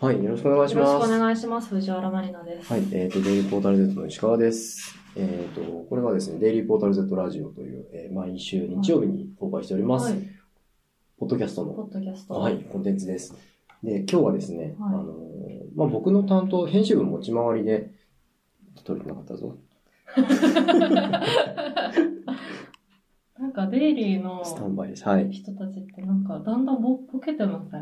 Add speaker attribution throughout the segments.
Speaker 1: はい、よろしくお願いし
Speaker 2: よろし
Speaker 1: ま
Speaker 2: くお
Speaker 1: す。
Speaker 2: 願いします。藤原まりなです。
Speaker 1: はい、えっ、と、デイリーポータル Z の石川です。えっ、と、これはですね、デイリーポータル Z ラジオという、えー毎週日曜日に公開しております、
Speaker 2: はい
Speaker 1: ポッドキャスト
Speaker 2: ポ
Speaker 1: の、
Speaker 2: ッドキャスト。
Speaker 1: はい、コンテンツです。で、今日はですね、
Speaker 2: はい
Speaker 1: あのー、まあ、僕の担当、編集部持ち回りで、取れてなかったぞ。
Speaker 2: なんか、デイリーの
Speaker 1: スタンバイです。はい。
Speaker 2: 人たちって、なんか、だんだんぼボケてませ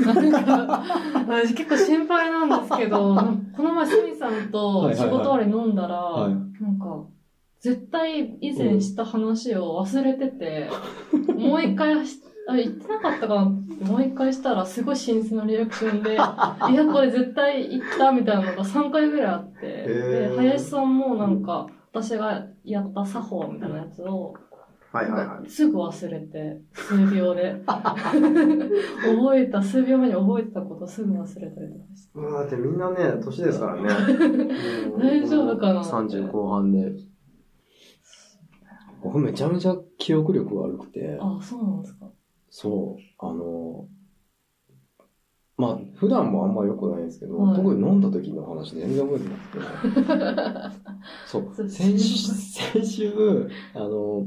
Speaker 2: んな んか、私結構心配なんですけど、なんかこの前、スミさんと仕事終わり飲んだら、
Speaker 1: い
Speaker 2: なんか、絶対以前した話を忘れ てて、もう一回し、あ、言ってなかったかなもう一回したら、すごい新鮮なリアクショ ンで、いや、これ絶対言ったみたいなのが3回ぐらいあって、
Speaker 1: へー
Speaker 2: で、林さんもなんか、私がやった作法みたいなやつを、
Speaker 1: は
Speaker 2: なんかすぐ忘れて、数 秒で。覚えた、数秒目に覚えてたことをすぐ忘れたりとかして。
Speaker 1: だってみんなね、年ですからね。
Speaker 2: 大丈夫かな
Speaker 1: 30後半で。僕めちゃめちゃ記憶力悪くて、
Speaker 2: あ、そうなんですか。
Speaker 1: そう、あの、まあ、普段もあんま良くないんですけど、
Speaker 2: はい
Speaker 1: 特に飲んだ時の話全然覚えて なくて。
Speaker 2: そ
Speaker 1: そう、
Speaker 2: う
Speaker 1: 先週、先週、あの、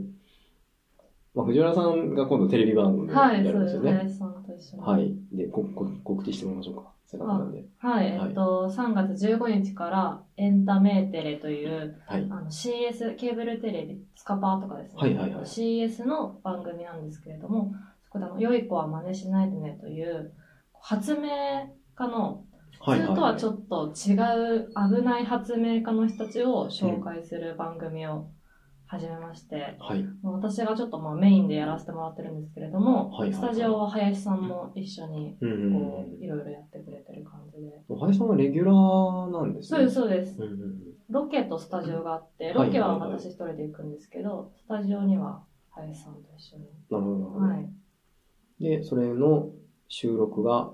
Speaker 1: まあ、藤原さんが今度テレビ番組や
Speaker 2: はい、
Speaker 1: る
Speaker 2: そ
Speaker 1: ん
Speaker 2: う
Speaker 1: で
Speaker 2: です
Speaker 1: よね。
Speaker 2: す。林さんと一緒に。
Speaker 1: はい。で、ここ告知してもらいましょうか。せっかくなんで。
Speaker 2: はい、
Speaker 1: はい
Speaker 2: えっと、3月15日からエンタメーテレという、
Speaker 1: はい
Speaker 2: あ。の CS、ケーブルテレビ、スカパーとかですね、
Speaker 1: はいはいはい
Speaker 2: CS の番組なんですけれども、そこであの、良い子は真似しないでねという、発明家の、普通とはち
Speaker 1: ょっ
Speaker 2: ょっと違う危ない発明家の人たちを紹介する番組を始めまして、
Speaker 1: と。はい。
Speaker 2: まあ私がちょっとまあメインでやらせてもらってるんですけれども、
Speaker 1: はいはいはい
Speaker 2: スタジオは林さんも一緒に
Speaker 1: うんうん
Speaker 2: こ
Speaker 1: うん
Speaker 2: う、いろいろやってくれてる感じで。
Speaker 1: おはさんはレギュラーなんです
Speaker 2: そうです、
Speaker 1: す。
Speaker 2: そうです。
Speaker 1: うんうんうん
Speaker 2: ロケとスタジオがあって、
Speaker 1: はい
Speaker 2: ロケ
Speaker 1: は
Speaker 2: は
Speaker 1: いはい
Speaker 2: 私一人で行くんですけど、スタジオには林さんと一緒に。
Speaker 1: なるほど、なるほど。
Speaker 2: はい。
Speaker 1: で、それの収録が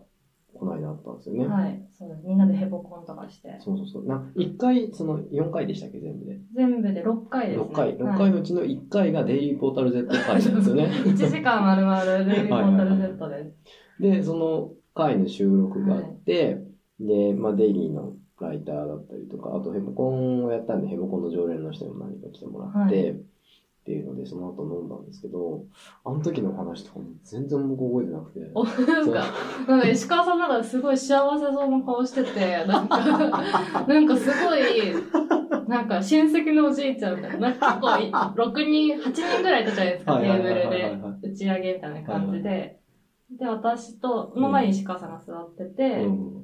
Speaker 1: この間あったんですよね。
Speaker 2: はい。そうです。みんなでヘボコンとかして。
Speaker 1: そうそうそう。な1回、その4回でしたっけ、全部で。
Speaker 2: 全部で6回ですね。
Speaker 1: 6回。6回のうちの1回がデイリーポータル Z 回なんですよ ね。
Speaker 2: 1時間丸々でリポータルセットです。
Speaker 1: で、その回の収録があって、で、まあ、デイリーのライターだったりとか、あとヘボコンをやったんで、ヘボコンの常連の人にも何か来てもらって、
Speaker 2: はい
Speaker 1: っていうので、その後飲んだんですけど、あの時の話とかも全然僕覚えてなくて。
Speaker 2: おなんか、なんか石川さんなんかすごい幸せそうな顔してて、なんか、なんかすごい、なんか親戚のおじいちゃんみたいな、なんか結構い6人、8人ぐらいいたじゃないですか、
Speaker 1: は
Speaker 2: テ
Speaker 1: いはい
Speaker 2: ー
Speaker 1: はいはいはい
Speaker 2: ブルで打ち上げみたいな感じで。で、私と、の前に石川さんが座って
Speaker 1: う
Speaker 2: て、
Speaker 1: ん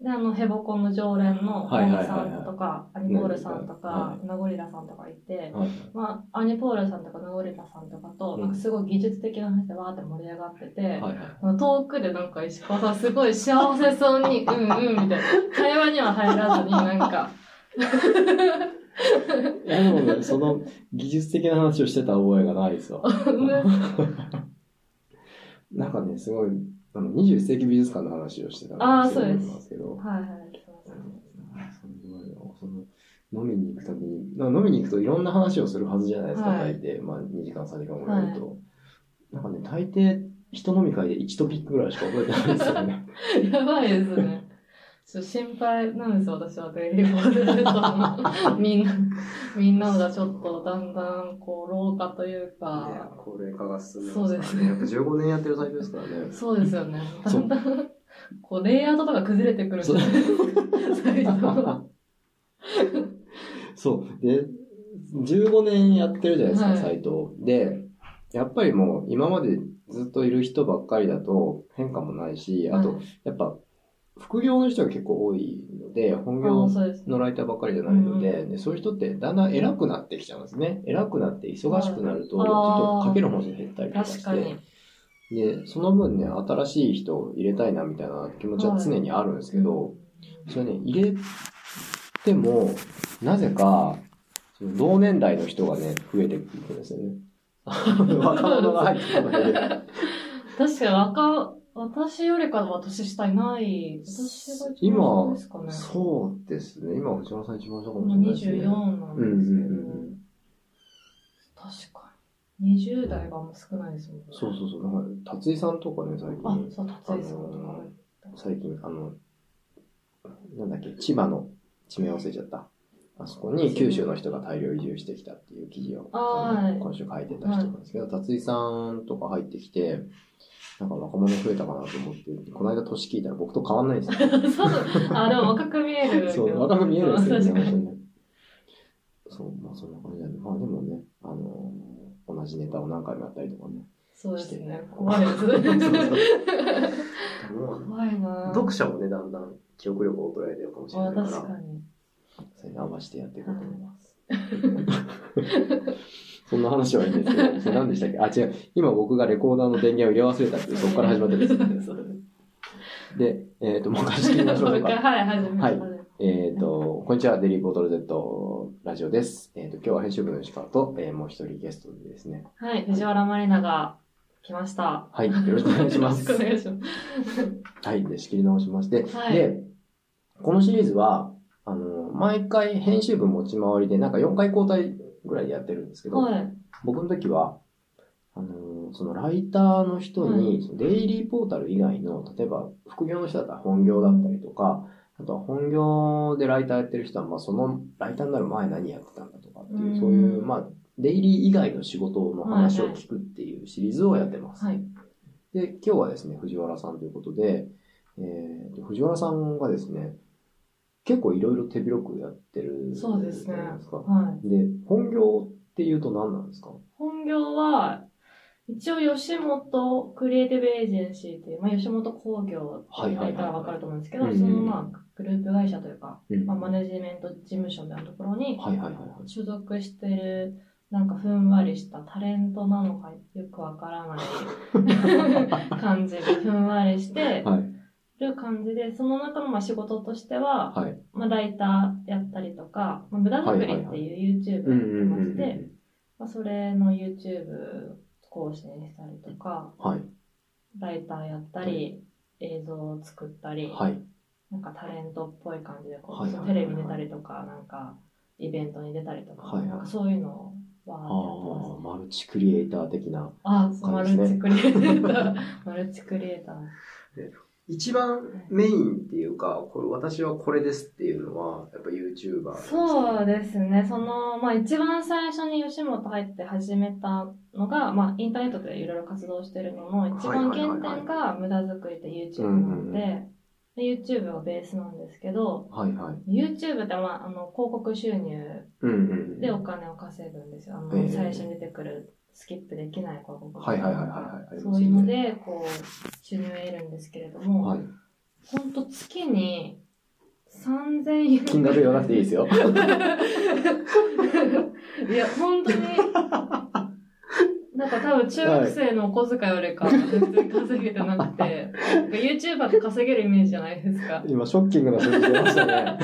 Speaker 2: で、あの、ヘボコンの常連の、
Speaker 1: はいはいは
Speaker 2: 大
Speaker 1: いはい
Speaker 2: 野さんとか、アニポールさんと
Speaker 1: は
Speaker 2: か、ナゴリラさんとかいて、
Speaker 1: はい
Speaker 2: まあ、アニポールさんとかナゴリラさんとかと、なんかすごい技術的な話でわーって盛り上がってて、
Speaker 1: はいはい。
Speaker 2: 遠くでなんか石川さんすごい幸せそうに、うんうんみたいな。会話には入らずにな んか。
Speaker 1: いやでもね、その技術的な話をしてた覚えがないですわ。なんかね、すごい、あの、21世紀美術館の話をしてた
Speaker 2: あーそうです
Speaker 1: なんですけど、
Speaker 2: はいはい。そうそう
Speaker 1: すごいなその飲みに行くたびに、なんか飲みに行くといろんな話をするはずじゃないですか、
Speaker 2: は
Speaker 1: 大
Speaker 2: い
Speaker 1: 抵。まあ、2時間、3時間ぐらいいると。なんかね、大抵、人飲み会で1トピックぐらいしか覚えてないですよ ね。
Speaker 2: やばいですね。ちょっと心配なんですよ、私は。デイリーボールレッドのみんな、みんながちょっとだんだん、こう、老化というか、
Speaker 1: 高齢化が進
Speaker 2: んでますからねそうですね
Speaker 1: やっぱ15年やってるタイプですからね。
Speaker 2: そうですよね。だ
Speaker 1: そうん
Speaker 2: だん、こう、レイアウトとか崩れてくるんじゃないですか。最初。
Speaker 1: そう。で、15年やってるじゃないですか、
Speaker 2: はい
Speaker 1: サイトをで、やっぱりもう今までずっといる人ばっかりだと変化もないし、あと
Speaker 2: はい、、
Speaker 1: やっぱ、副業の人が結構多いので、本
Speaker 2: あ
Speaker 1: 業
Speaker 2: あそうですね。
Speaker 1: のライターばっかりじゃないので、
Speaker 2: うん
Speaker 1: でそういう人ってだんだん偉くなってきちゃうんですね。偉くなって忙しくなると、ち
Speaker 2: はい
Speaker 1: ょっと書ける本数減ったりとか
Speaker 2: 確
Speaker 1: し
Speaker 2: か
Speaker 1: て
Speaker 2: に。、
Speaker 1: で、その分ね、新しい人を入れたいなみたいな気持ちは常にあるんですけど、それね、入れても、なぜか、その同年代の人がね、増えていくんですよね。若者が入ってくるので。
Speaker 2: 確かに若、私よりかは年下いない。私が一番
Speaker 1: 今
Speaker 2: 上ですかね。
Speaker 1: そうですね。今、藤原さん一番下かもしれない
Speaker 2: 今
Speaker 1: ですね。
Speaker 2: 24なんですけど、
Speaker 1: うんうんうんう
Speaker 2: 確かに。20代があんま少ないですもんね。
Speaker 1: そうそうそう。なんか、達井さんとかね、最
Speaker 2: あ
Speaker 1: 近、、
Speaker 2: そう、達井さんとか。
Speaker 1: 最近、あの、なんだっけ、千葉の、地名忘れちゃった。あそこに九州の人が大量移住してきたっていう記事を、
Speaker 2: あー
Speaker 1: あの今週書いてた人なんですけど、達井さんとか入ってきて、なんか若者増えたかなと思って、この間年聞いたら僕と変わんないん ですよ。
Speaker 2: そう。あ、でも若く見える。
Speaker 1: そう、若く見えるんですけどね、
Speaker 2: 確
Speaker 1: 本
Speaker 2: か
Speaker 1: 当に
Speaker 2: に。
Speaker 1: ね。そう、まあそんな感じなんで、まあでもね、あのー同じネタを何回もやったりとかね。
Speaker 2: そうですね。怖いです怖いなぁ。
Speaker 3: 読者もね、だんだん記憶力を捉えてるかもしれな
Speaker 2: あ
Speaker 3: いから。
Speaker 2: 確かに。
Speaker 1: それに合わせてやっていこうと思います。 そんな話はいいんですけど、それ何でしたっけあ、違う。今僕がレコーダーの電源を入れ忘れたっていう、 そこから始まってるんです。
Speaker 2: そう
Speaker 1: で、えっ、と、もう一回仕切りましょ
Speaker 2: も
Speaker 1: う
Speaker 2: う
Speaker 1: と
Speaker 2: 一回、
Speaker 1: か。
Speaker 2: はい、始め
Speaker 1: はい
Speaker 2: て。
Speaker 1: えっと、こんにちは、デリーボトル Z ラジオです。えっ、と、今日は編集部の石川と、えーもう一人ゲストでですね。
Speaker 2: はい、藤原まりなが来ました。
Speaker 1: はい、よろしくお願いし ます。
Speaker 2: よろしくお願いし
Speaker 1: はい、で、仕切り直しまして。
Speaker 2: ます。はい。
Speaker 1: で、このシリーズは、あの、毎回編集部持ち回りで、なんか4回交代ぐらいでやってるんですけど、
Speaker 2: はい。
Speaker 1: 僕の時は、あのそのライターの人に、そのデイリーポータル以外の、例えば副業の人だったら本業だったりとか、あとは本業でライターやってる人は、まあそのライターになる前何やってたんだとかっていう、
Speaker 2: うん
Speaker 1: そういう、まあ、デイリー以外の仕事の話を聞くっていうシリーズをやってます。
Speaker 2: はい。
Speaker 1: で、今日はですね、藤原さんということで、えーと藤原さんがですね、結構いろいろ手広くやってる
Speaker 2: そうですね
Speaker 1: じゃないですか
Speaker 2: はい。
Speaker 1: で、本業っていうと何なんですか
Speaker 2: 本業は、一応吉本クリエイティブエージェンシーっていう、まあ吉本工業って言ったらわかると思うんですけど、
Speaker 1: はいはい
Speaker 2: そ
Speaker 1: はい
Speaker 2: のまあグループ会社というか、
Speaker 1: うん
Speaker 2: まあマネジメント事務所みたいなところに
Speaker 1: はいはいはいはい。
Speaker 2: 所属してる、なんかふんわりしたタレントなのかよくわからない感じで、ふんわりして
Speaker 1: はい。
Speaker 2: る感じで、その中のまあ仕事としては、
Speaker 1: はい。
Speaker 2: まあ、ライターやったりとか、まあ、無駄作りっていう YouTube
Speaker 1: うん
Speaker 2: やってま
Speaker 1: うん
Speaker 2: し
Speaker 1: うん
Speaker 2: て、
Speaker 1: う
Speaker 2: まあ、それの YouTube 更新したりとか、
Speaker 1: ん。はい。
Speaker 2: ライターやったり、映像を作ったり、
Speaker 1: はい。
Speaker 2: なんかタレントっぽい感じでこう、
Speaker 1: はいはいはい
Speaker 2: テレビ出たりとか、なんかイベントに出たりとか、
Speaker 1: はいはい
Speaker 2: なんかそういうの
Speaker 1: あ
Speaker 2: はやってます
Speaker 1: あ、マルチクリエイター的な。
Speaker 2: あ、そうマ
Speaker 1: 感じ
Speaker 2: ル
Speaker 1: です
Speaker 2: チ
Speaker 1: ね
Speaker 2: クリエイター。 マルチクリエイター。
Speaker 3: 一番メインっていうか、これ私はこれですっていうのは、やっぱ YouTuber。
Speaker 2: そうですね。その、まあ一番最初に吉本入って始めたのが、まあインターネットでいろいろ活動してるのの一番
Speaker 3: はいはいはい
Speaker 2: 原
Speaker 3: はい
Speaker 2: 点が無駄作りで YouTube
Speaker 1: うん
Speaker 2: な
Speaker 1: うんうん
Speaker 2: ので、で YouTube はベースなんですけど、
Speaker 1: はいはい。
Speaker 2: YouTube ってまあ、あの、広告収入
Speaker 1: うんうん。
Speaker 2: でお金を稼ぐんですよ。あの、
Speaker 1: ええ
Speaker 2: 最初に出てくるスキップできない広告。
Speaker 1: はいはいはいはいはい
Speaker 2: そういうので、こう、収入を得るんですけれども、
Speaker 1: はい。
Speaker 2: ほんと月に3000円。
Speaker 1: 金額言わなくていいですよ。
Speaker 2: いや、本当に。なんか多分中学生のお小遣いよりか、全然稼げてなくて、なんか YouTuber って稼げるイメージじゃないですか。
Speaker 1: 今、ショッキングな数字出ましたね。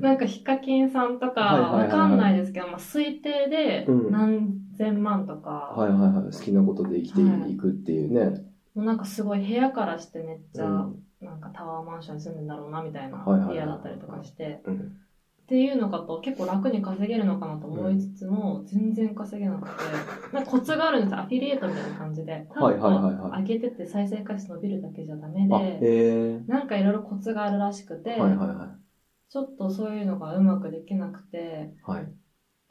Speaker 2: なんかヒカキンさんとか、
Speaker 1: はいはいはいはい
Speaker 2: わかんないですけど、まあ推定で
Speaker 1: うん
Speaker 2: 何千万とか、
Speaker 1: はいはいはい。好きなことで生きていくっていうね。
Speaker 2: もうなんかすごい部屋からしてめっちゃ、
Speaker 1: うん
Speaker 2: なんかタワーマンションに住んでんだろうなみたいな
Speaker 1: はいはいはい
Speaker 2: 部屋だったりとかして、
Speaker 1: うん
Speaker 2: っていうのかと結構楽に稼げるのかなと思いつつも、全然稼げなくて、なんかコツがあるんですよアフィリエイトみたいな感じで。
Speaker 1: はいはいはいはい
Speaker 2: 単価を上げてって再生回数伸びるだけじゃダメ
Speaker 1: あ、
Speaker 2: で、
Speaker 1: え
Speaker 2: なんかいろいろコツがあるらしくて、
Speaker 1: え。はいはいは
Speaker 2: ちょっとそういうのがうまくできなくて、
Speaker 1: い。はい。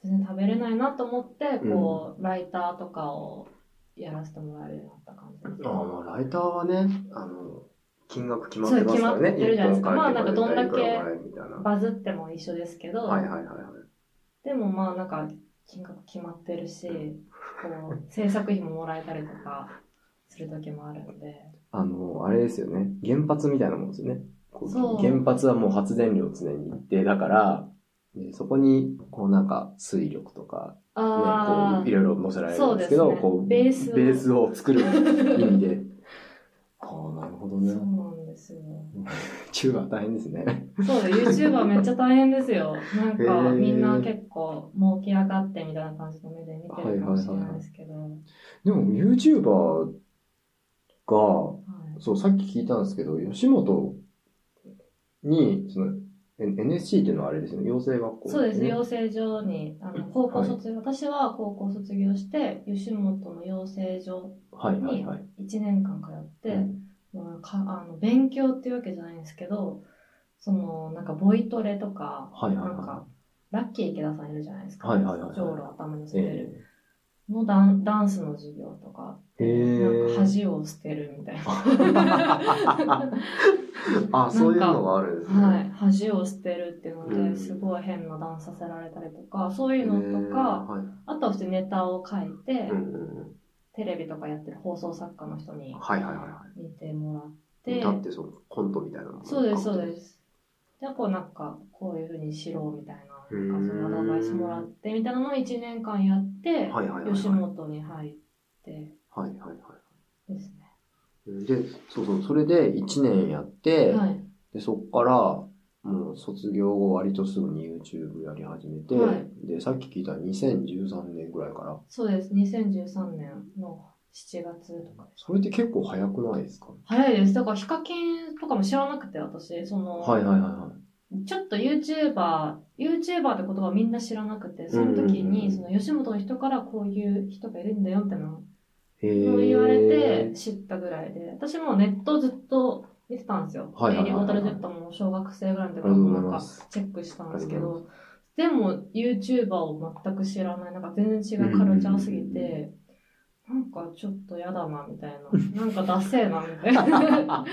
Speaker 2: 全然食べれないなと思って、こう、ライターとかをやらせてもらえるようになった感じです。
Speaker 3: あのライターはね、あの、金額決まっ
Speaker 2: そ
Speaker 3: て
Speaker 2: う
Speaker 3: ますからね。
Speaker 2: 決まってるじゃないですか
Speaker 3: 一本
Speaker 2: まあなんかどんだけ
Speaker 3: 書いてもらえるみたいな。
Speaker 2: バズっても一緒ですけど、
Speaker 3: はいはいはいはい。
Speaker 2: でもまあなんか金額決まってるし、こう制作費ももらえたりとかする時もあるんで、
Speaker 1: あの、あれですよね。原発みたいなもんですよね。こう
Speaker 2: そう
Speaker 1: 原発はもう発電量常に一定だから、でそこに、こうなんか、水力とか、ね、こ
Speaker 2: ああ、
Speaker 1: ういろいろ載せられるんですけど、
Speaker 2: そうですね
Speaker 1: こう
Speaker 2: ベースを
Speaker 1: を作る意味 で。ああ、なるほど
Speaker 2: そう
Speaker 1: ね。
Speaker 2: なんですよ。
Speaker 1: 中は大変ですね。
Speaker 2: そうで YouTuber めっちゃ大変ですよ。なん
Speaker 1: へ
Speaker 2: か
Speaker 1: ー
Speaker 2: みんな結構儲け上がってみたいな感じの目で見てるかもしれないですけど、はい
Speaker 1: でも YouTuber が、そう、さっき聞いたんですけど、吉本に、その、N- NSC っていうのはあれですよね、養成学校、
Speaker 2: そうです、
Speaker 1: ね。
Speaker 2: 養成所に、あの、高校卒業、私は高校卒業して、吉本の養成所
Speaker 1: はいはいはい。
Speaker 2: 1年間通って、
Speaker 1: うん
Speaker 2: まあかあの勉強っていうわけじゃないんですけど、その、なんかボイトレとか、
Speaker 4: はいはいはい
Speaker 2: なんか、ラッキー池田さんいるじゃないですか。
Speaker 4: はいはいはいはい
Speaker 2: ジョーロ頭に捨てる。
Speaker 4: え
Speaker 2: のダンダンスの授業とか、
Speaker 4: え
Speaker 2: なんか
Speaker 4: へえ。
Speaker 2: 恥を捨てるみたいな。
Speaker 1: あ、そういうのがあるんですね。
Speaker 2: はい、恥を捨てるっていうの
Speaker 1: う
Speaker 2: で、
Speaker 1: ん
Speaker 2: すごい変なダンスさせられたりとか、そう
Speaker 1: へ
Speaker 2: い
Speaker 1: ー
Speaker 2: うのとか、
Speaker 1: はい
Speaker 2: あとは普通にネタを書いて
Speaker 1: う、んうんうん
Speaker 2: テレビとかやってる放送作家の人に
Speaker 1: はいはいはいは
Speaker 2: 見てもらっ
Speaker 1: い。
Speaker 2: て
Speaker 1: 歌、ってそのコントみたいなのも
Speaker 2: そうです、そう
Speaker 1: す。
Speaker 2: です。じゃあ、こうなんか、こういうふうにしろみたいな、
Speaker 1: う
Speaker 2: なん
Speaker 1: ん
Speaker 2: かそのアドバイスもらって、みたいなのを1年間やって、
Speaker 1: はいはいはいはい。
Speaker 2: 吉本に入って
Speaker 1: はいはいはい。
Speaker 2: です
Speaker 1: で、そうそう、それで1年やって、
Speaker 2: ね。はい。
Speaker 1: で、そっから、もう卒業後割とすぐに YouTube やり始めて、
Speaker 2: はい
Speaker 1: で、さっき聞いた2013年ぐらいから、
Speaker 2: そうです、2013年の7月とかです。
Speaker 1: それって結構早くないですか
Speaker 2: 早いです。だから、ヒカキンとかも知らなくて、私、その、
Speaker 1: はいはいはいは
Speaker 2: ちょっと YouTuber、YouTuber って言葉みんな知らなくて、その時
Speaker 1: うんうんうん
Speaker 2: に、その吉本の人からこういう人がいるんだよっての
Speaker 1: い。へ
Speaker 2: を言われて
Speaker 1: ー、
Speaker 2: 知ったぐらいで、私もネットずっと見てたんですよ。
Speaker 1: はいはいはい
Speaker 2: リ
Speaker 1: はい
Speaker 2: ゴタルジェットも小学生ぐらいの時
Speaker 1: あ
Speaker 2: か
Speaker 1: りが
Speaker 2: ら
Speaker 1: とうござい
Speaker 2: な
Speaker 1: ま
Speaker 2: んか
Speaker 1: す。
Speaker 2: チェックしたんですけ
Speaker 1: ありが
Speaker 2: ど、でも YouTuber を全く知らない、なんか全然違うカルチャーす
Speaker 1: う
Speaker 2: ぎ
Speaker 1: んうんうん
Speaker 2: て、なんかちょっと嫌だなみたい な、なんかダセーなみたいな。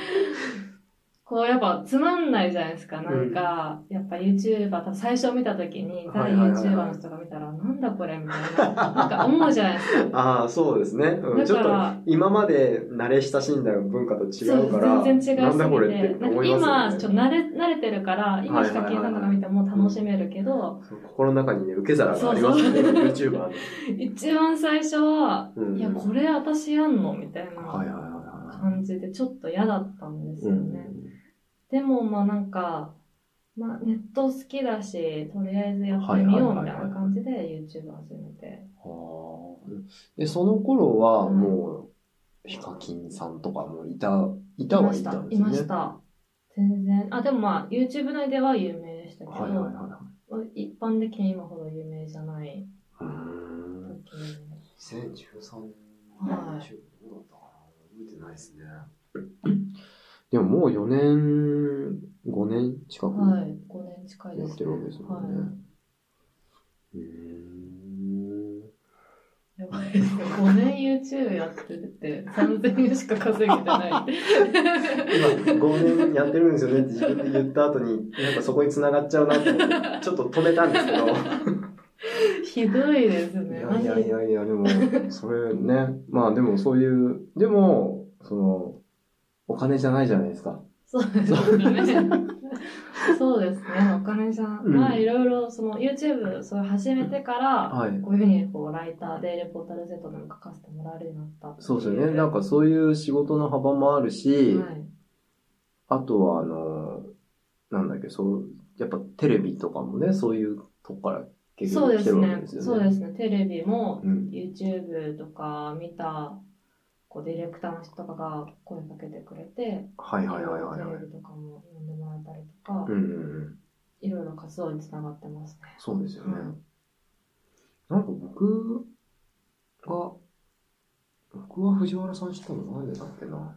Speaker 2: こうやっぱつまんないじゃないですか。なんか、やっぱ YouTuber、最初見た時に、
Speaker 1: はい
Speaker 2: 誰
Speaker 1: はいはいはい
Speaker 2: YouTuber の人が見たら、なんだこれみたいな、なんか思うじゃないですか。
Speaker 1: ああ、そうですね。うん、
Speaker 2: だ
Speaker 1: ちょ
Speaker 2: か
Speaker 1: っと
Speaker 2: ら、
Speaker 1: 今まで慣れ親しんだ文化と違うから、
Speaker 2: 全然違いすぎて、
Speaker 1: なんだこれって思い
Speaker 2: な
Speaker 1: ま
Speaker 2: ん
Speaker 1: す
Speaker 2: か今、ちょ
Speaker 1: よ
Speaker 2: っと
Speaker 1: ね。
Speaker 2: 慣れ慣れてるから、今しか聞いたのが見ても楽しめるけど、
Speaker 1: そう心の中にね、受け皿がありますよね、
Speaker 2: そうそう
Speaker 1: YouTuber の。
Speaker 2: 一番最初は、
Speaker 1: うん
Speaker 2: いや、これ私やんのみたい
Speaker 1: はいはい
Speaker 2: な
Speaker 1: はいは
Speaker 2: 感じで、ちょっと嫌だったんで
Speaker 1: い。
Speaker 2: すよね。でも、まあなんか、まあネット好きだし、とりあえずやってみようみたいな感じで YouTube 始めて。
Speaker 1: はあで、その頃はもう、ヒカキンさんとかもいた、いた
Speaker 2: いま
Speaker 1: はい
Speaker 2: したた
Speaker 1: ん、で
Speaker 2: い
Speaker 1: すね。
Speaker 2: ました。全然。あ、でもまあ YouTube 内では有名でしたけど、
Speaker 1: はいはいは
Speaker 2: 一般的に今ほど有名じゃない
Speaker 1: い。うーん。
Speaker 2: 時に。
Speaker 1: 2013年
Speaker 2: はい
Speaker 1: 中どうだったかな覚えてないですね。でももう4年、5年近く。
Speaker 2: はい、5年近いです、ね。
Speaker 1: やってるわけですもんね
Speaker 2: はい
Speaker 1: ーん
Speaker 2: やばいですね。5年 YouTube やってて、3000円しか稼げてない。
Speaker 1: 今、5年やってるんですよねって自分で言った後に、なんかそこに繋がっちゃうなって思って、ちょっと止めたんですけど。
Speaker 2: ひどいですね。
Speaker 1: いやいやいやいや、でも、それ ね。まあでもそういう、でも、その、お金じゃないじゃないですか。
Speaker 2: そうですね。そうですね。お金さん。
Speaker 1: うん
Speaker 2: まあ、いろいろ、その YouTube、それ始めてから、
Speaker 1: はい。
Speaker 2: こういうふうに、こう、ライターでレポータル Z なんか書かせてもらえるようになったってい
Speaker 1: そうですよね。なんかそういう仕事の幅もあるし、
Speaker 2: はい。
Speaker 1: あとはあの、なんだっけ、そう、やっぱテレビとかもね、そういうとこから結
Speaker 2: そ
Speaker 1: 局来
Speaker 2: うで
Speaker 1: て
Speaker 2: す
Speaker 1: るわけ
Speaker 2: ね
Speaker 1: で。すよね。
Speaker 2: そうですね。テレビも、
Speaker 1: うん。
Speaker 2: YouTube とか見た、こう、ディレクターの人とかが声かけてくれて、
Speaker 1: はいはいはいはい、はい
Speaker 2: テレ。ビとかも呼んでもらえたりとか、
Speaker 1: うんうんうん。
Speaker 2: いろいろ活動につながってますね。
Speaker 1: そうですよね。
Speaker 2: うん
Speaker 1: なんか僕が、僕は藤原さん知ったの何でだっけな。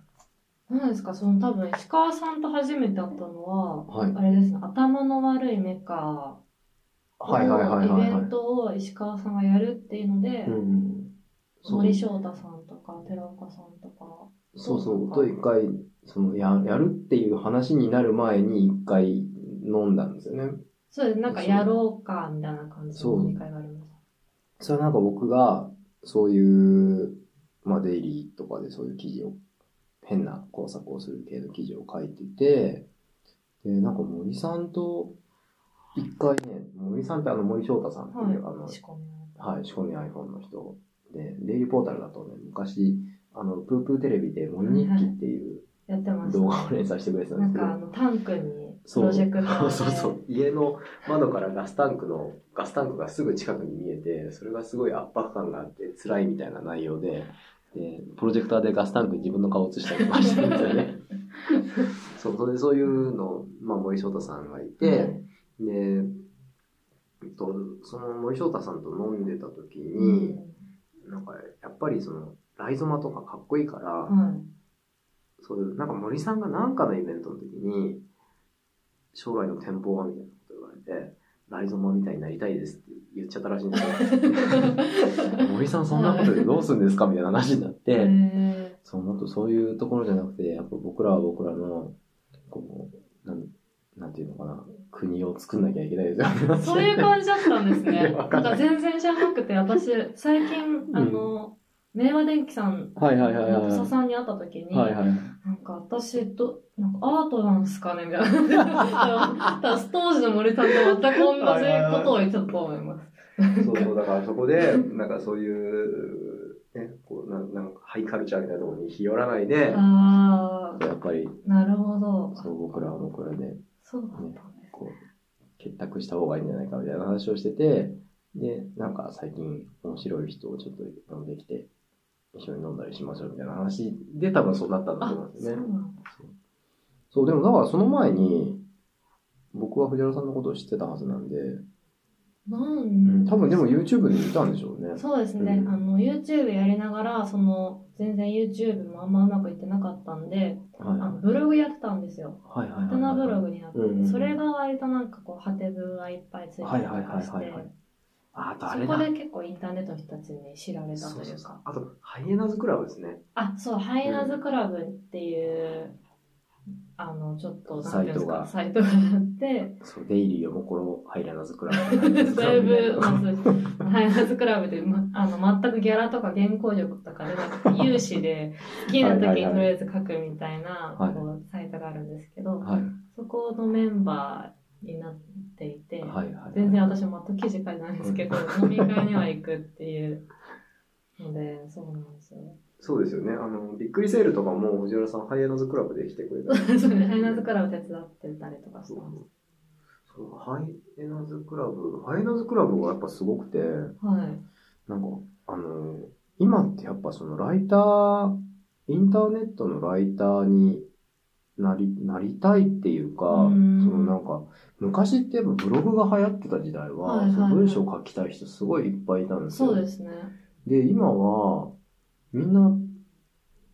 Speaker 2: 何ですか、その多分、石川さんと初めて会ったのは、
Speaker 1: はい。
Speaker 2: あれですね、頭の悪いメカ
Speaker 1: はいはいはい
Speaker 2: の
Speaker 1: は
Speaker 2: イ
Speaker 1: い、
Speaker 2: ベ
Speaker 1: はい
Speaker 2: ン。トを石川さんがやるっていうので、
Speaker 1: うんうんそう
Speaker 2: 森翔太さんとか、寺岡さんとか、
Speaker 1: そうそう、と一回、そのや、やるっていう話になる前に一回飲んだんですよね。
Speaker 2: そうです、なんかやろうか、みたいな感じの
Speaker 1: そう
Speaker 2: 飲み会がありまし
Speaker 1: それはなんか僕が、そういう、まあ、デイリーとかでそういう記事を、変な工作をする系の記事を書いてて、で、なんか森さんと、一回ね、森さんってあの森翔太さんって
Speaker 2: た。
Speaker 1: い
Speaker 2: は
Speaker 1: う、あの
Speaker 2: い、、仕込みの
Speaker 1: はい、仕込み iPhone の人で、デイリーポータルだとね、昔、あの、プープーテレビで森日記っていう
Speaker 2: やってま
Speaker 1: 動
Speaker 2: し
Speaker 1: 画を連載してくれてた
Speaker 2: た。
Speaker 1: んです
Speaker 2: なん
Speaker 1: けど
Speaker 2: か、あ、の、タンクに、プ
Speaker 1: そう
Speaker 2: ロジェクターで。
Speaker 1: そうそう。家の窓からガスタンクの、ガスタンクがすぐ近くに見えて、それがすごい圧迫感があって辛いみたいな内容で、で、プロジェクターでガスタンクに自分の顔を映したりとかしてるんですよ ね。そう、それでそういうの、まあ森翔太さんがいて、
Speaker 2: はい
Speaker 1: で、えっと、その森翔太さんと飲んでた時
Speaker 2: う
Speaker 1: に、
Speaker 2: ん
Speaker 1: なんかやっぱりその、ライゾマとかかっこいいから、
Speaker 2: はい。
Speaker 1: そ
Speaker 3: そういう、なんか森さんがなんかのイベントの時に、将来の展望はみたいなこと言われて、ライゾマみたいになりたいですって言っちゃったらしいんですよ。 森さんそんなことでどうするんですかみたいな話になって、
Speaker 2: え
Speaker 3: そう、もっとそういうところじゃなくて、やっぱ僕らは僕らの、こう、なん、なんていうのかな、国を作んなきゃいけないですよね。
Speaker 2: ー そういう感じだったんです
Speaker 3: い
Speaker 2: ね。
Speaker 3: や
Speaker 2: な
Speaker 3: わ
Speaker 2: ん
Speaker 3: かんない
Speaker 2: か全然知らなくて、私、最近、
Speaker 3: ん
Speaker 2: あの、明和電機さん
Speaker 1: はいはいはい
Speaker 2: の
Speaker 1: はい。
Speaker 2: 土佐さんに会った時に、
Speaker 1: はいはい。
Speaker 2: なんか私と、なんかアートなんすかねみたいな。 ただ当時の森さんと全く同じことを言ってたと思います。
Speaker 3: そうそう、だからそこで、なんかそういう、ね、こう、なんなんかハイカルチャーみたいなところに日寄らないで、
Speaker 2: あ
Speaker 1: やっぱり、
Speaker 2: あ、なるほど。
Speaker 1: そう僕らは僕らで、
Speaker 2: そうだったんです。
Speaker 1: こう、結託した方がいいんじゃないかみたいな話をしてて、で、なんか最近面白い人をちょっと飲んできて、一緒に飲んだりしましょうみたいな話で多分そうなったんだ
Speaker 2: あ、
Speaker 1: と
Speaker 2: そ
Speaker 1: 思うんです
Speaker 2: う
Speaker 1: よね
Speaker 2: な。んだ。
Speaker 1: そう、でもだからその前に、僕は藤原さんのことを知ってたはずなんで、
Speaker 2: なん
Speaker 1: 多分でも YouTube で見たんでしょうね。
Speaker 2: そうですね、
Speaker 1: うん
Speaker 2: あの YouTube やりながらその全然 YouTube もあんまうまくいってなかったんで
Speaker 1: は
Speaker 2: あ
Speaker 1: い。は
Speaker 2: のブログやってたんですよ
Speaker 1: いはいはい
Speaker 2: ハ
Speaker 1: はい。
Speaker 2: テナブログになってて、
Speaker 1: うんうん
Speaker 2: それが割となんかこうハテブがいっぱいついてた
Speaker 1: はい
Speaker 2: りと
Speaker 1: はい
Speaker 2: か
Speaker 1: はい
Speaker 2: して、
Speaker 1: はいはい。あ、あとあ
Speaker 2: そ
Speaker 1: れ
Speaker 2: こ
Speaker 1: だ。
Speaker 2: で結構インターネットの人たちに知られたというか
Speaker 3: あと、ハイエナズクラブですね。
Speaker 2: あそうハイナズクラブっていう、あのちょっとなんていうんですかサイトがあって
Speaker 1: そう、デイリーよもころ入らなずくら
Speaker 2: だい ぶ、まず、ハイナーズクラブで、ま、あの、全くギャラとか原稿力とかでなくて、有志で、好きな時にとりあえず書くみたいな、
Speaker 1: はい
Speaker 2: こう、サイトがあるんですけど、
Speaker 1: はい。
Speaker 2: そこのメンバーになっていて、
Speaker 1: はいはい。
Speaker 2: 全然私も全く記事書いてないんですけど、飲み会には行くっていうので、そうなんですよ。
Speaker 3: そうですよね。あの、びっくりセールとかも藤原さん、ハイエナズクラブで来てくれた。
Speaker 2: そうね、ハイナーズクラブ手伝ってたりとかし
Speaker 3: そう
Speaker 2: てます。
Speaker 3: そうハイエナズクラブ、ハイエナズクラブがやっぱすごくて、
Speaker 2: はい。
Speaker 1: なんか、あの、今ってやっぱそのライター、インターネットのライターになり、なりたいっていうか、
Speaker 2: うん
Speaker 1: そのなんか、昔ってやっぱブログが流行ってた時代は、
Speaker 2: はいはいはい
Speaker 1: その文章書きたい人すごいいっぱいいたんですよ。
Speaker 2: そうですね。
Speaker 1: で今は、みんな、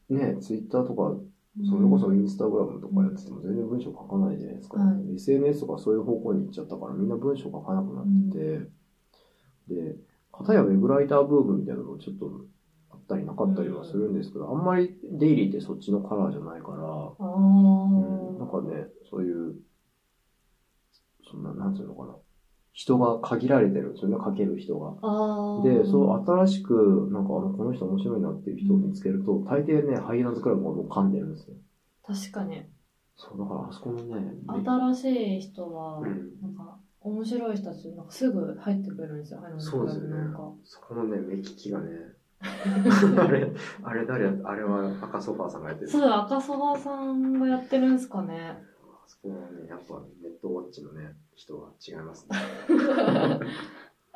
Speaker 1: ね、ツイッターとか、それこそインスタグラムとかやってても全然文章書かないじゃないですか。
Speaker 2: は
Speaker 1: SNS とかそういう方向に行っちゃったからみんな文章書かなくなってて、で、片やウェブライターブームみたいなのもちょっとあったりなかったりはするんですけど、あんまりデイリーってそっちのカラーじゃないから、
Speaker 2: ああ、
Speaker 1: うんなんかね、そういう、そんな、なんていうのかな。人が限られてるんですよね、書ける人が。
Speaker 2: ああ。
Speaker 1: で、そう、新しく、なんか、あの、この人面白いなっていう人を見つけると、大抵ね、ハイエナズクラブがもう噛んでるんですよ。
Speaker 2: 確かに。
Speaker 1: そう、だから、あそこのね、
Speaker 2: 新しい人は、
Speaker 3: うん
Speaker 2: なんか、面白い人たち、なんかすぐ入ってくれるんですよ、入る
Speaker 3: そうですよね
Speaker 2: なんか。
Speaker 3: そこのね、目利きがね、 あれ、あれ誰やあれは赤ソファーさんがやってる。
Speaker 2: そう、赤そばさんがやってるんですかね。
Speaker 3: あそこはね、やっぱネットウォッチのね、人は違います ね。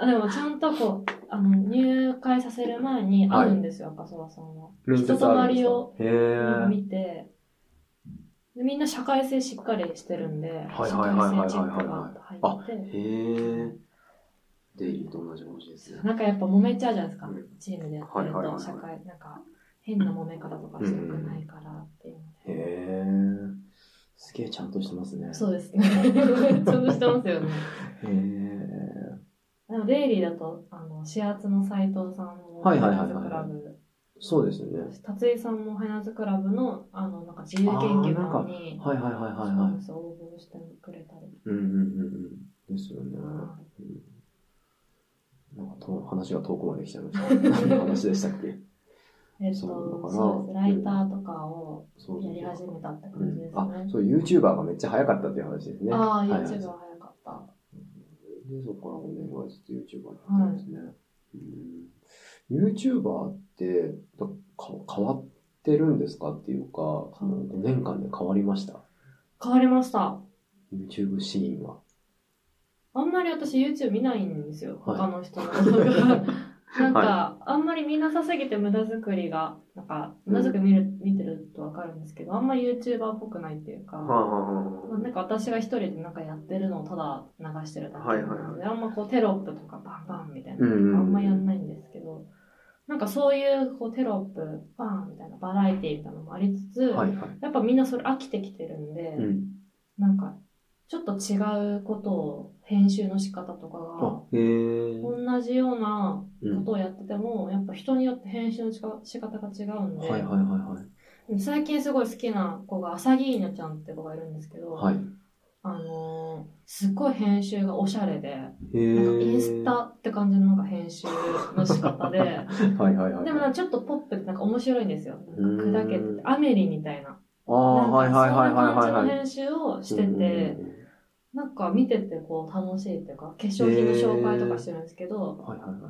Speaker 2: あでも、ちゃんとこう、あの、入会させる前に会うんですよ、赤そばさんは。人となりを
Speaker 1: へぇ
Speaker 2: 見て、でみんな社会性しっかりしてるんで、
Speaker 1: はい
Speaker 2: 社
Speaker 1: はいはいは
Speaker 2: 会
Speaker 1: いはいはい
Speaker 2: 性チェックが入ってて、
Speaker 1: へぇ
Speaker 3: デイリーと同じ文字ですね。
Speaker 2: なんかやっぱ揉めちゃうじゃないですか、
Speaker 3: うん
Speaker 2: チームでやってる
Speaker 3: はいはいはいは
Speaker 2: と、
Speaker 3: い
Speaker 2: 社会、なんか、変な揉め方とかしたくないからっていうので。
Speaker 1: へぇすげえちゃんとしてますね。
Speaker 2: そうですね。 ちょうどしてま すよね。
Speaker 1: へぇ
Speaker 2: でも、デイリーだと、あの、始発の斎藤さんも、
Speaker 1: はいはいはいはい
Speaker 2: ハイナーズクラブ、
Speaker 1: そうですよね。
Speaker 2: 達井さんもハイナーズクラブの、あの、なんか自由研究班に、
Speaker 1: はいはいはいはい
Speaker 2: そうな
Speaker 1: は
Speaker 2: ん
Speaker 1: い。
Speaker 2: ですよ応募してくれたり
Speaker 1: うんうんうんうん。ですよね。
Speaker 2: とか。
Speaker 1: なんかと、話が遠くまで来ちゃいま した。何の話でしたっけ
Speaker 2: えっと、
Speaker 1: そうだから
Speaker 2: そうです。ライターとかを
Speaker 1: そう
Speaker 2: やり始めたって感じですね。
Speaker 1: あ、そう、YouTuber がめっちゃ早かったっていう話ですね。
Speaker 2: ああ、
Speaker 1: はいはい
Speaker 2: YouTube は早かった。
Speaker 1: で、そこから5年ぐらいずっと YouTuber になってますね。うん、YouTuber ってだか変わってるんですかっていうか、その5年間で変わりました。
Speaker 2: 変わりました。
Speaker 1: YouTube シーンは。
Speaker 2: あんまり私 YouTube 見ないんですよ。
Speaker 1: はい
Speaker 2: 他の 人の動画。なんか、
Speaker 3: は
Speaker 2: あんまり見なさすぎて無駄作りが、なんか、無駄作り見る、見てるとわかるんですけど、あんまり YouTuber っぽくないっていうか、
Speaker 3: はあはあ
Speaker 2: まあなんか私が一人でなんかやってるのをただ流してるだけなので、
Speaker 3: はいはい
Speaker 2: あんまこうテロップとかバンバンみたいな、
Speaker 1: うんうんうん
Speaker 2: あんまやんないんですけど、なんかそういうこうテロップ、バーンみたいなバラエティみたいなのもありつつ、
Speaker 1: はいはい。
Speaker 2: やっぱみんなそれ飽きてきてるんで、
Speaker 1: うん。
Speaker 2: なんかちょっと違うことを編集の仕方とか
Speaker 1: あ、へえ。
Speaker 2: が、同じような
Speaker 1: う
Speaker 2: こ
Speaker 1: ん。
Speaker 2: とをやってても、やっぱ人によって編集のしか仕方が違うんで、
Speaker 1: はいはいはい
Speaker 2: 最近すごい好きな子が、アサギーニャちゃんって子がいるんですけど、
Speaker 1: はい。はい。
Speaker 2: あのーすっごい編集がおしゃれで、
Speaker 1: へえ。
Speaker 2: なんかインスタって感じのなんか編集の仕方で、
Speaker 1: はいはいはい。
Speaker 2: でもなんかちょっとポップでなんか面白いんですよ。なんか砕けて
Speaker 1: う
Speaker 2: て、アメリみたいな。
Speaker 1: ああ、はいはいはいはいはい
Speaker 2: なんかそんな感じ
Speaker 1: は
Speaker 2: の
Speaker 1: い。
Speaker 2: 編集をしてて、
Speaker 1: うんうんうん
Speaker 2: なんか見ててこう楽しいっていうか、化粧品の紹介とかしてるんですけど、
Speaker 1: はいはいは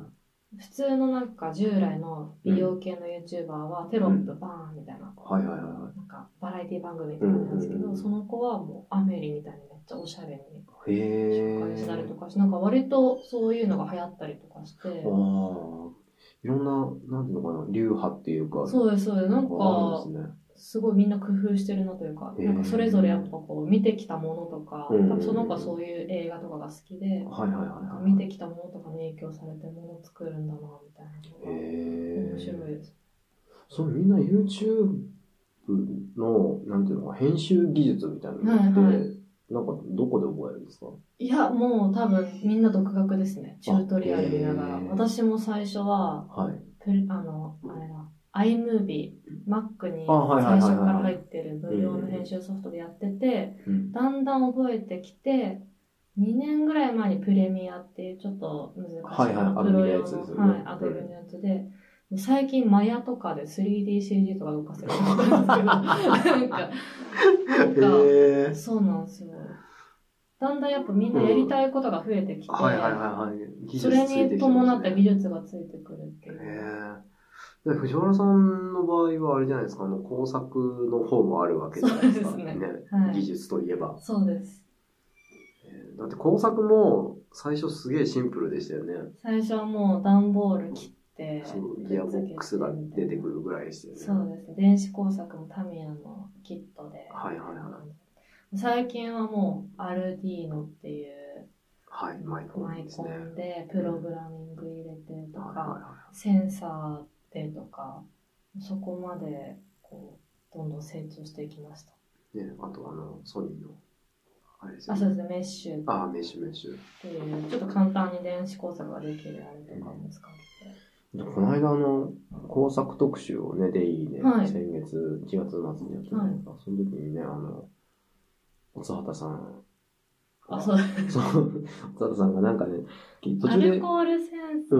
Speaker 1: い。
Speaker 2: 普通のなんか従来の美容系の YouTuber はテロップバーンみたいな、
Speaker 1: はいはいはいは
Speaker 2: なんかバラエティ番組みたいなんですけ
Speaker 1: うんうんう
Speaker 2: ど、
Speaker 1: ん
Speaker 2: その子はもうアメリみたいにめっちゃおしゃれに
Speaker 1: い。へえ。
Speaker 2: 紹介したりとかして、なんか割とそういうのが流行ったりとかして、
Speaker 1: ああ。いろんな、なんていうのかな、流派っていうか、
Speaker 2: そうです、そうです。なん
Speaker 1: あ
Speaker 2: か
Speaker 1: る、んですね。
Speaker 2: すごいみんな工夫してるなというか、
Speaker 1: へー
Speaker 2: なんかそれぞれやっぱこう見てきたものとか、
Speaker 1: うん
Speaker 2: 多分その子はそういう映画とかが好きで、
Speaker 1: はいはいはいはい。
Speaker 2: 見てきたものとかに影響されてものを作るんだな、みたいなのが
Speaker 1: へ
Speaker 2: 面
Speaker 1: え。
Speaker 2: 白いです。
Speaker 1: そう、みんな YouTube の、なんていうのか、編集技術みたいなのって、
Speaker 2: はいは
Speaker 1: なんかどこで覚えるんですか
Speaker 2: いや、もう多分みんな独学ですね。チュートリアル見ながら。
Speaker 1: へー
Speaker 2: 私も最初は、
Speaker 1: はい。
Speaker 2: プリあの、あれだ、iMovie、Mac に
Speaker 1: あはいはいはいはい
Speaker 2: 最初から入ってる無料の編集ソフトでやってて、
Speaker 1: うん。
Speaker 2: だんだん覚えてきて、2年ぐらい前にプレミアっていうちょっと難しい、
Speaker 1: はいはい
Speaker 2: プ
Speaker 1: アドビ
Speaker 2: ロ用
Speaker 1: のやつですよ
Speaker 2: の、
Speaker 1: ね
Speaker 2: はい、アドビのやつで、最近マヤとかで 3DCG とか動かせるようになった んですけど、なんか、なんか
Speaker 1: へえ。
Speaker 2: そうなんですよ。だんだんやっぱみんなやりたいことが増えてきて、
Speaker 1: はいはいはいはい。技術
Speaker 2: それ
Speaker 1: ついてき
Speaker 2: に
Speaker 1: てますね
Speaker 2: 伴って技術がついてくるって
Speaker 1: へ
Speaker 2: いう。
Speaker 1: えで藤原さんの場合はあれじゃないですか、あの工作の方もあるわけじゃないですか。
Speaker 2: そうですねは
Speaker 1: 技
Speaker 2: い、
Speaker 1: 術といえば。
Speaker 2: そうです。
Speaker 1: えーだって工作も最初すげえシンプルでしたよね。
Speaker 2: 最初はもう段ボール切って
Speaker 1: そう、ギアボックスが出てくるぐらいでしたよね。
Speaker 2: そうですね。電子工作もタミヤのキットで。
Speaker 1: はいはいは
Speaker 2: 最近はもう、アルディーノっていう
Speaker 1: はい、マイコ
Speaker 2: マ
Speaker 1: ン
Speaker 2: イ
Speaker 1: です
Speaker 2: コ
Speaker 1: ね。
Speaker 2: ンでプログラミング入れてと
Speaker 1: はいはい
Speaker 2: か、
Speaker 1: は
Speaker 2: センサーでとか、そこまで、こう、どんどん成長していきました。
Speaker 1: いね、あとあの、ソニーの、あれですよ
Speaker 2: あ、そう
Speaker 1: ね。
Speaker 2: ですね、メッシュっ
Speaker 1: ああ、メッシュメッシュ。
Speaker 2: ていう、ちょっと簡単に電子工作ができるあれとかも使って。
Speaker 1: でこの間あの、工作特集をね、デイで、
Speaker 2: はい
Speaker 1: 先月、1月末にやったじゃないですか。その時にね、あの、おつはたさん。
Speaker 2: あ、そう
Speaker 1: そう、おつはたさんがなんかね、途
Speaker 2: ア
Speaker 1: 中
Speaker 2: ル
Speaker 1: で、
Speaker 2: コールセンサー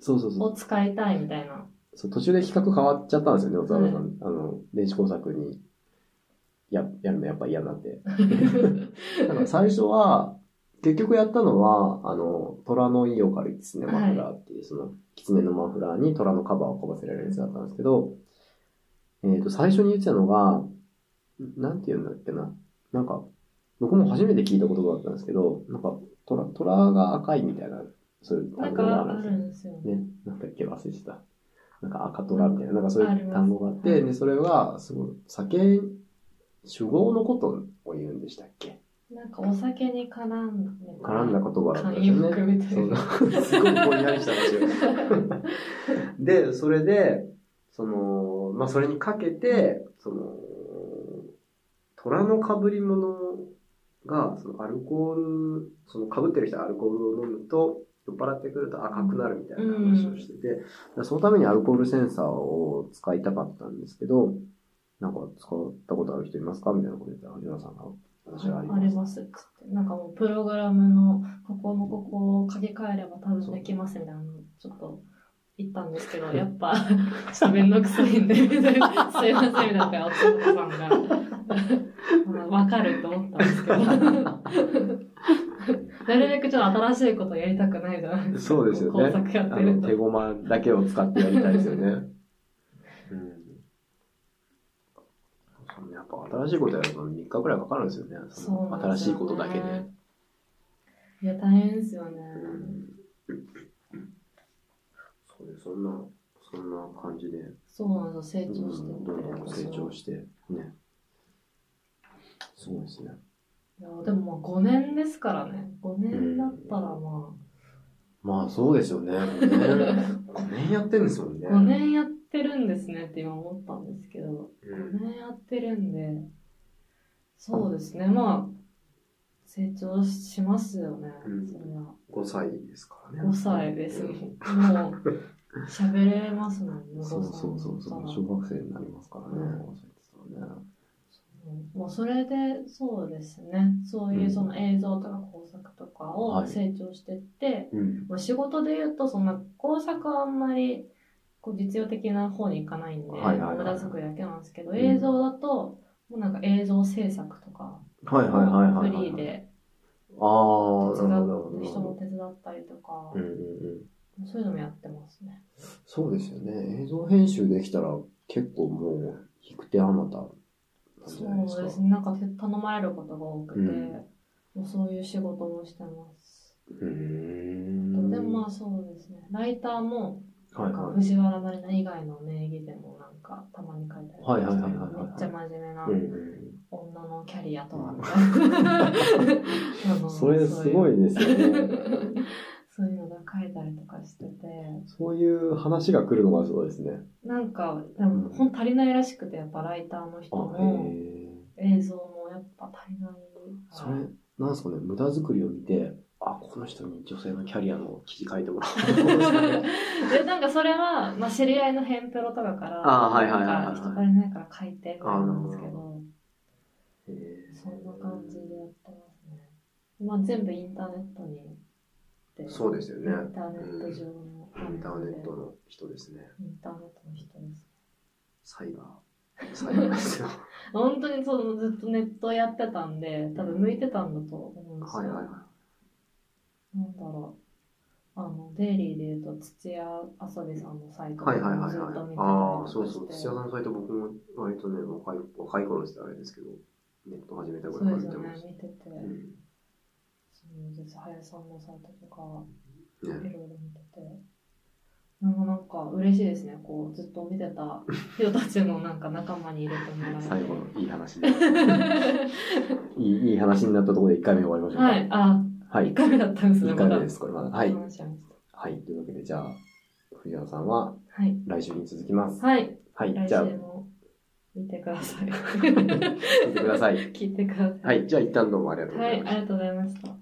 Speaker 1: そうそうそう
Speaker 2: を使いたいみた いな。
Speaker 1: そう、途中で企画変わっちゃったんですよね、おつはたさん。
Speaker 2: は
Speaker 1: あの、電子工作に、や、やるのやっぱ嫌になって。 なんか最初は、結局やったのは、あの、虎のイオカリキツネマフラーっていう、その、キツネのマフラーに虎のカバーをかぶせられるやつだったんですけど、えっ、と、最初に言ってたのが、なんて言うんだっけな。なんか、僕も初めて聞いた言葉だったんですけど、なんか、虎、虎が赤いみたいな、そういう
Speaker 2: な
Speaker 1: 単
Speaker 2: ん
Speaker 1: 語
Speaker 2: か
Speaker 1: があ
Speaker 2: あ
Speaker 1: るんです
Speaker 2: る
Speaker 1: よ。
Speaker 2: んですよね。
Speaker 1: ね、なんだっけ忘れてた。なんか赤虎みたいな、なんかそう
Speaker 2: あ
Speaker 1: い
Speaker 2: り
Speaker 1: う
Speaker 2: ます
Speaker 1: 単語があっ
Speaker 2: は
Speaker 1: て、
Speaker 2: い
Speaker 1: で、それが、すごい、酒、酒豪のことを言うんでしたっけ
Speaker 2: なんかお酒に絡んだみたいな。
Speaker 1: 絡んだ言葉だったんですよね。
Speaker 2: 慣用句みたいな
Speaker 1: そうすごいぼんやりした場所。で、それで、その、まあ、それにかけて、その、虎の被り物が、そのアルコール、その被ってる人はアルコールを飲むと、酔っ払ってくると赤くなるみたいな話をしてて、だからそのためにアルコールセンサーを使いたかったんですけど、なんか使ったことある人いますかみたいなこと言ったら、藤原さんが私はあり
Speaker 2: あ
Speaker 1: ま
Speaker 2: り
Speaker 1: す。
Speaker 2: ますっつって。なんかもうプログラムのここのここを書き換えれば多分できますみたいなのちょっと言ったんですけど、やっぱちょっとめんどくさいんで、すいませんみたいなお父さんが。まあわかると思ったんですけ ど。なるべくちょっと新しいことやりたくないじゃないですか。
Speaker 1: そうですよね
Speaker 2: 工作やっ
Speaker 1: あ
Speaker 2: てる
Speaker 1: の
Speaker 2: と
Speaker 1: 手。駒だけを使ってやりたいですよ ね。うん。そうねやっぱ新しいことやると3日くらいかかるんですよね。そ
Speaker 2: そう
Speaker 1: の
Speaker 2: なん
Speaker 1: 新
Speaker 2: です
Speaker 1: し
Speaker 2: よ
Speaker 1: いことだけね。。
Speaker 2: いや、大変ですよね。
Speaker 1: うんそうね、そんな、そんな感じで、
Speaker 2: そうなんですよ、成
Speaker 1: うん
Speaker 2: 長して
Speaker 1: どんどん成長
Speaker 2: して。
Speaker 1: して、ね。すごいですね。
Speaker 2: いや、でもまあ5年ですからね。5年だったらま
Speaker 1: まあそうですよね。5年
Speaker 3: 5年やってんですもんね。
Speaker 2: 5年やってるんですねって今思ったんですけど、
Speaker 3: うん
Speaker 2: 5年やってるんで、そうですね、まあ、成長しますよね、
Speaker 3: うん
Speaker 2: そりゃ。
Speaker 3: 5歳ですからね。
Speaker 2: 5歳ですもん。
Speaker 3: うん
Speaker 2: もう、喋れますもんね、5 歳
Speaker 1: そうそうそうそう、小学生になりますからね。
Speaker 2: うん
Speaker 1: そうですよね
Speaker 2: うんもうそれで、そうですね、そういうその映像とか工作とか
Speaker 1: は
Speaker 2: を
Speaker 1: い
Speaker 2: 成長してって、
Speaker 3: うん。
Speaker 2: もう仕事で言うと、そんな工作はあんまりこう実用的な方に行かないんで、
Speaker 1: はいはいはい
Speaker 2: 無駄作りだけなんですけど、
Speaker 1: ん
Speaker 2: 映像だと、もうなんか映像制作とか、
Speaker 1: はいはいはいはい、はい。
Speaker 2: フリーで
Speaker 1: ああ、
Speaker 2: 手
Speaker 1: な
Speaker 2: 伝
Speaker 1: るほど。
Speaker 2: う人も手伝ったりとか、
Speaker 1: うんうんうん。
Speaker 2: そういうのもやってますね。
Speaker 1: そうですよね。映像編集できたら結構もう、引く手あまたなんじゃないです
Speaker 2: そう
Speaker 1: か。
Speaker 2: ですね、なんかて頼まれることが多くて、
Speaker 1: うん
Speaker 2: もうそういう仕事もしてます。
Speaker 1: うーん。
Speaker 2: でもまあそうですね、ライターも、
Speaker 1: は
Speaker 2: ないんか
Speaker 1: はい。
Speaker 2: 藤原成菜以外の名義でもなんかたまに書いたりとか
Speaker 1: はい
Speaker 2: し
Speaker 1: はい
Speaker 2: て、
Speaker 1: はいは
Speaker 2: め
Speaker 1: いはい
Speaker 2: っちゃ真面目な。
Speaker 1: うんうん
Speaker 2: 女のキャリアとはみたいな あ の
Speaker 1: それすごいですよね。
Speaker 2: そういうのが書いたりとかしてて
Speaker 1: そういう話が来るのがすごいですね。
Speaker 2: なんかでもほん足りないらしくてやっぱライターの人
Speaker 1: あ、へ
Speaker 2: も
Speaker 1: え。
Speaker 2: 映像もやっぱ足りない
Speaker 1: それ、なんですかね、無駄作りを見て、あ、この人に女性のキャリアの記事書いてもら おうと思うんですかね。
Speaker 2: でなんかそれは、まあ、知り合いのヘンペロとかから
Speaker 3: あはいはいはいはい
Speaker 2: なんか人足りないから書いてみたいなんですけ
Speaker 3: あ
Speaker 2: ど
Speaker 1: へえ
Speaker 2: そんな感じでやってますね、まあ、全部インターネットにで
Speaker 3: そうですよね。
Speaker 2: インターネット上の
Speaker 3: インターネットの人ですね。
Speaker 2: インターネットの人です。
Speaker 3: サイバ ー。サイバーですよ。
Speaker 2: 本当にそのずっとネットやってたんで、多分向いてたんだと思うんですよ。
Speaker 3: はいはいはい。
Speaker 2: なんだろう。あの、デイリーで言うと、土屋あさびさんのサイト
Speaker 3: はいはい
Speaker 2: も
Speaker 3: はい
Speaker 2: ずっと見てた
Speaker 3: はい
Speaker 2: り。と
Speaker 3: ああ、
Speaker 2: か
Speaker 3: そう
Speaker 2: して
Speaker 3: そう。土屋さんのサイト僕も割とね、若い、若い頃って言ったらあれですけど、ネット始めた
Speaker 2: そ
Speaker 3: 頃か
Speaker 2: うで
Speaker 3: ら
Speaker 2: す
Speaker 3: 見て
Speaker 2: よね
Speaker 3: まし、た。
Speaker 2: 見てて。そうです。林さんのサイトとか、
Speaker 3: うん
Speaker 2: い
Speaker 3: ね
Speaker 2: ろいろ見てて。なんかなんか嬉しいですね。こう、ずっと見て た人たちのなんか仲間に入れてもらって。
Speaker 1: 最後のいい話 でいい。いい話になったところで1回目終わりましょうか。
Speaker 2: はい。あ、
Speaker 1: はい。
Speaker 2: 1回目だったんですね、
Speaker 1: 1
Speaker 2: ま
Speaker 1: 回目
Speaker 2: だ。
Speaker 1: です、これまだ。はい。
Speaker 2: 話しちゃいました
Speaker 1: はい。というわけで、じゃあ、藤原さんは
Speaker 2: はい。
Speaker 1: 来週に続きます。
Speaker 2: はい。
Speaker 1: はい。
Speaker 2: 来
Speaker 1: じゃあ
Speaker 2: 週、も見てください。
Speaker 1: 聞いてください。
Speaker 2: 聞いてください。
Speaker 1: はい。じゃあ、一旦どうもありがとうご
Speaker 2: は
Speaker 1: ざいまし
Speaker 2: い、
Speaker 1: た
Speaker 2: あ。りがとうございました。